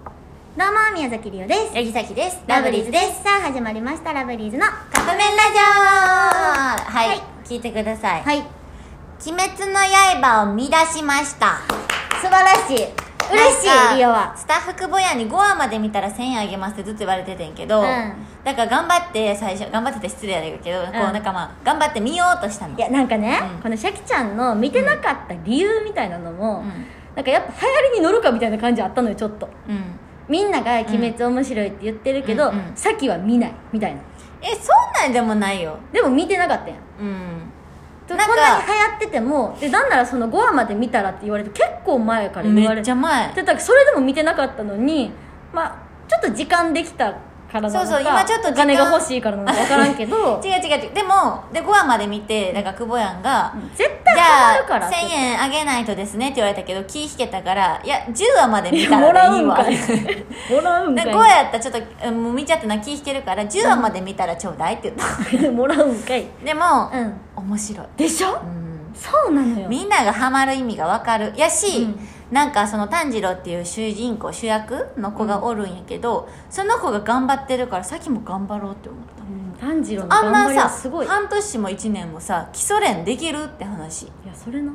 どうも宮崎りおです八木崎ですラブリーズですさあ始まりましたラブリーズのはカップ麺ラジオはい、はい聞いてください、い鬼滅の刃を見出しました素晴らしい嬉なんしかいりおはスタッフ久保屋に5話まで見たら1000円あげますってずっと言われててんけど、うんだから頑張って最初頑張ってて失礼やねんけど、こうなんかまあ頑張って見ようとしたのいやなんかね、うんこのシャキちゃんの見てなかった理由みたいなのも、うんなんかやっぱ流行りに乗るかみたいな感じあったのよちょっとうんみんなが「鬼滅面白い」って言ってるけど、うんうんうんさきは見ないみたいなえそんなんでもないよでも見てなかったやんうんこんなんなかに流行っててもでなんならその5話まで見たらって言われて結構前から言われめってちゃ前でだからそれでも見てなかったのにまあちょっと時間できたからなのかそうそう今ちょっと時間お金が欲しいからなのか分からんけど違う違う違うでもで5話まで見てだから久保やんが、絶対じゃ変わるかあら1000円あげないとですねって言われたけど気引けたからいや10話まで見たもららういいんわかい もらうんか5話やったらちょっとうんもう見ちゃってな気引けるから10話まで見たらちょうだいって言ったい もらうんかいでも、うん面白い、でしょうん、そうなのよみんながハマる意味がわかるやし、うんなんかその炭治郎っていう主人公主役の子がおるんやけど、その子が頑張ってるからさっきも頑張ろうって思ったうん炭治郎のあ頑ん張まりはさすごいい半年も1年もさ基礎練できるって話やそれなうん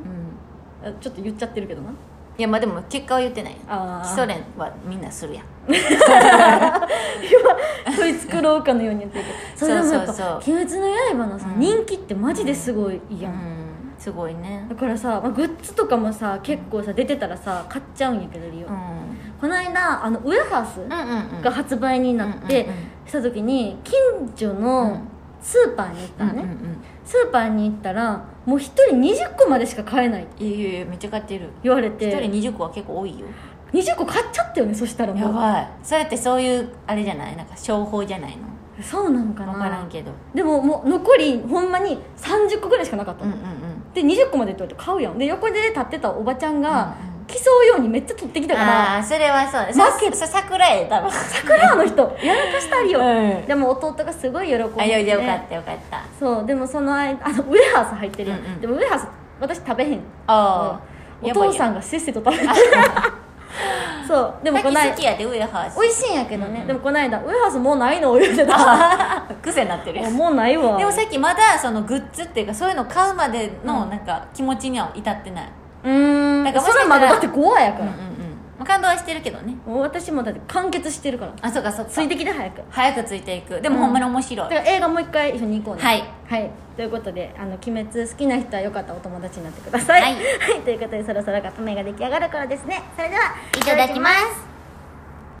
あちょっと言っちゃってるけどないやまあでも結果は言ってないよあー基礎練はみんなするやん取り繕ろうかのように言ってるけどそれでもやっ そうぱそう「鬼滅の刃」のさうん人気ってマジですごいやうんんすごいねだからさまあグッズとかもさ結構さ出てたらさ買っちゃうんやけどリオうんうんこの間あのウエハースうんうんが発売になってうんうんうんした時に近所のスーパーに行ったのね、うんうんスーパーに行ったらもう1人20個までしか買えないってうんいやいやいやめっちゃ買ってる言われ一人て20個は結構多いよ20個買っちゃったよねそしたらやもばいそれってそういうあれじゃないなんか商法じゃないのうそうなんか分からなんけどでももう残りほんまに30個ぐらいしかなかったうんの、うんうんで20個までって言われて買うやんで横で立ってたおばちゃんがうんうん競うようにめっちゃ取ってきたからああーそれはそう負けそそ桜え多分「桜の人やらかしたりよ」うんでも弟がすごい喜んでてあよよかったよかったそうでもその間あのウエハース入ってるやん、うんうんでもウエハース私食べへんああお父さんんがせっせと食べて そうででももここなない好いきやでウエハース美味しいんやけどね、うんうんでもこの間「ウエハースもうないの?」言うてたあー 癖になってるもうないわでもさっきまだそのグッズっていうかそういうの買うまでうのんなんか気持ちには至ってない、うーんなんかもそしかれしたらまだだって5話やから、まあ、感動はしてるけどねもう私もだって完結してるからあそうかそうかついてきて早くだ早くついていくでうんもほんまに面白い、から映画もう一回一緒に行こうねはい、はい、ということで「あの鬼滅」好きな人はよかったらお友達になってください、はいはいということでそろそろカップ麺が出来上がるからですねそれではいただきます